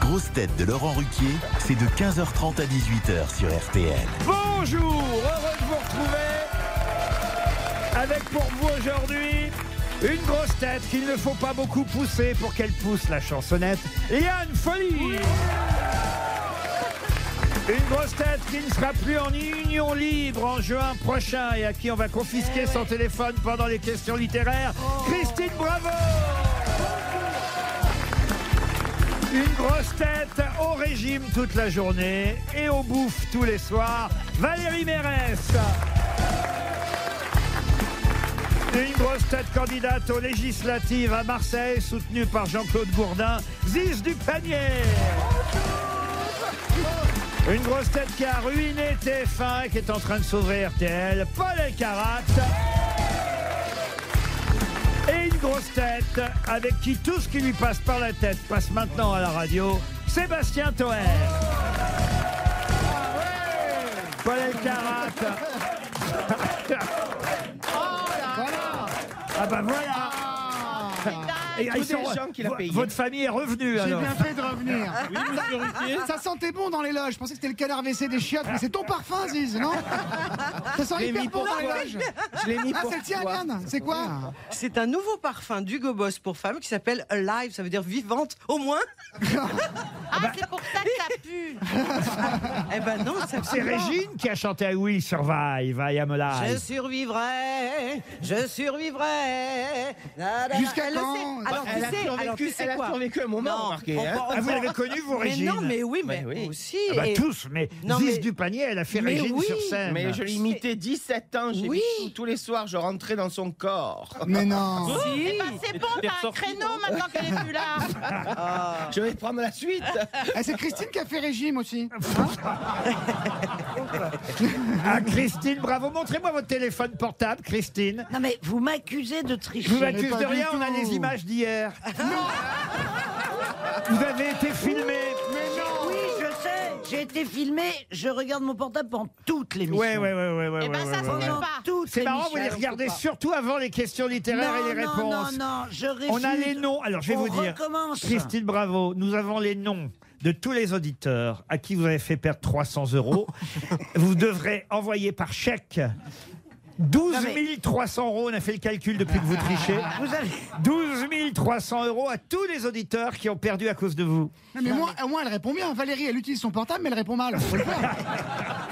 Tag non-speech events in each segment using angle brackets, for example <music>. grosses têtes de Laurent Ruquier, c'est de 15h30 à 18h sur RTL. Bonjour, heureux de vous retrouver avec pour vous aujourd'hui une grosse tête qu'il ne faut pas beaucoup pousser pour qu'elle pousse la chansonnette, Yann Folie. Une grosse tête qui ne sera plus en union libre en juin prochain et à qui on va confisquer son téléphone pendant les questions littéraires, Christine Bravo. Une grosse tête au régime toute la journée et au bouffe tous les soirs, Valérie Mérès. Une grosse tête candidate aux législatives à Marseille, soutenue par Jean-Claude Gourdin, Ziz du Panier. Une grosse tête qui a ruiné TF1 et qui est en train de sauver RTL, Paul Elkarat. Et une grosse tête avec qui tout ce qui lui passe par la tête passe maintenant à la radio, Sébastien Toer. Paul Elkarat. Ah bah voilà Et ils sont- vo- Votre famille est revenue J'ai alors bien fait de revenir. Ça sentait bon dans les loges. Je pensais que c'était le canard WC des chiottes, mais c'est ton parfum, Ziz, non Ça sent hyper bon dans les loges. Je l'ai mis Ah, pour c'est le tien, toi. Yann C'est quoi C'est un nouveau parfum d'Hugo Boss pour femmes qui s'appelle Alive, ça veut dire vivante au moins. Ah, c'est pour ça que ça pue. Eh ben non, ça C'est Régine qui a chanté I Will Survive, I Am Je Alive. survivrai, je survivrai. Na, na, na. Jusqu'à Elle le quand sait. Alors, tu Elle a sais, survécu- alors, tu sais elle a quoi survécu à un moment, Non, remarquez, on- hein. on- Ah, vous on- l'avez connue, vous, Mais Régine non, mais oui, mais oui. moi aussi. Ah bah et- tous, mais Non, Ziz mais- du panier, elle a fait Mais Régine oui. sur scène. Mais je l'imitais 17 ans, j'ai Oui. vu tout- tous les soirs, je rentrais dans son corps. Mais non Si. Eh ben, c'est bon, t'as un créneau maintenant qu'elle est plus là. Je vais prendre la suite. Eh, C'est Christine qui a fait régime aussi. Ah Christine, bravo, montrez-moi votre téléphone portable, Christine. Non mais vous m'accusez de Je vous tricher. m'accuse pas de du rien, on a tout. les images d'hier. Vous avez été filmé. Oui, je sais. J'ai été filmé. Je regarde mon portable pendant Ah, toutes les missions. Ouais, ouais, ouais, ouais, ouais. Eh ben, ouais, ça ouais, se ouais. fait Pendant pas. toutes C'est les marrant, vous missions. les regardez surtout avant les questions littéraires Non, et les non, réponses. Non, non, je On réfute. a les noms. Alors, je vais On vous dire. recommence. Christine Bravo, nous avons les noms de tous les auditeurs à qui vous avez fait perdre 300 <laughs> euros. vous devrez envoyer par chèque 12 Non, mais- 300 euros. On a fait le calcul depuis que vous trichez. <laughs> Vous avez... 12 300 euros à tous les auditeurs qui ont perdu à cause de vous. Non, Mais moi, au moins, elle répond bien. Valérie, elle utilise son portable, mais elle répond mal. Faut le faire.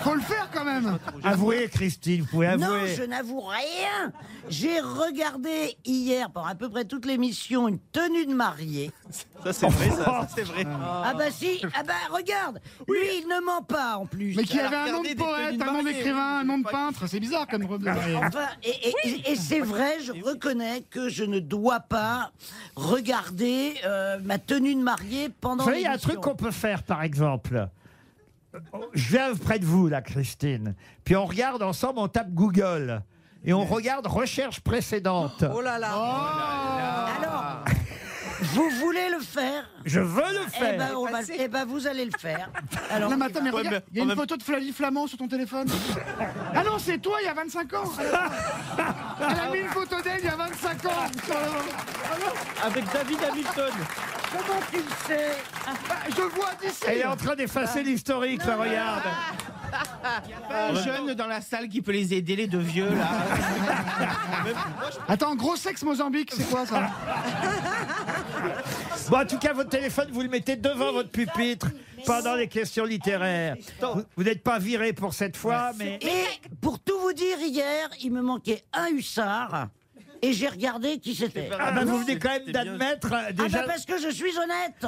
Faut le faire quand même. Avouez, Christine, vous pouvez avouer. Non, je n'avoue rien. J'ai regardé hier, pendant à peu près toute l'émission, une tenue de mariée. Ça, c'est vrai, Oh. ça, c'est vrai. Ah bah si, ah bah regarde. Lui, il ne ment pas en plus. Mais qui avait un nom regardez de des tenues poète, de un nom mariée. d'écrivain, un nom de peintre. C'est bizarre comme problème. Bah, Ah. Enfin, et, et- et c'est vrai, je reconnais que je ne dois pas regarder euh, ma tenue de mariée pendant. Vous savez, il y a un truc l'émission. qu'on peut faire, par exemple. Euh, Je viens près de vous, là, Christine. Puis on regarde ensemble, on tape Google. Et on regarde recherche précédente. Oh là là. Alors, vous voulez le faire Je veux le eh faire. ben, on va- eh ben, vous allez le <laughs> faire. Alors, Non, mais attends, mais Ouais, regarde, mais il y a en une même- photo de Flavie Flamand sur ton téléphone. Ah non, c'est toi il y a 25 ans. Elle a mis une photo d'elle il y a 25 ans. Avec David Hamilton. comment tu le sais Bah, Je vois d'ici. Elle est en train d'effacer Bah. l'historique, là, regarde. Un jeune dans la salle qui peut les aider, les deux vieux, là. Attends, gros sexe Mozambique, c'est quoi ça Bon, en tout cas, votre téléphone, vous le mettez devant votre pupitre pendant les questions littéraires. Vous- Vous n'êtes pas viré pour cette Bah, fois, mais. Et pour tout vous dire, hier, il me manquait un hussard et j'ai regardé qui c'était. Ah Ah ben, vous venez quand même Ah ben, C'était bien. d'admettre euh, bah déjà. parce que je suis honnête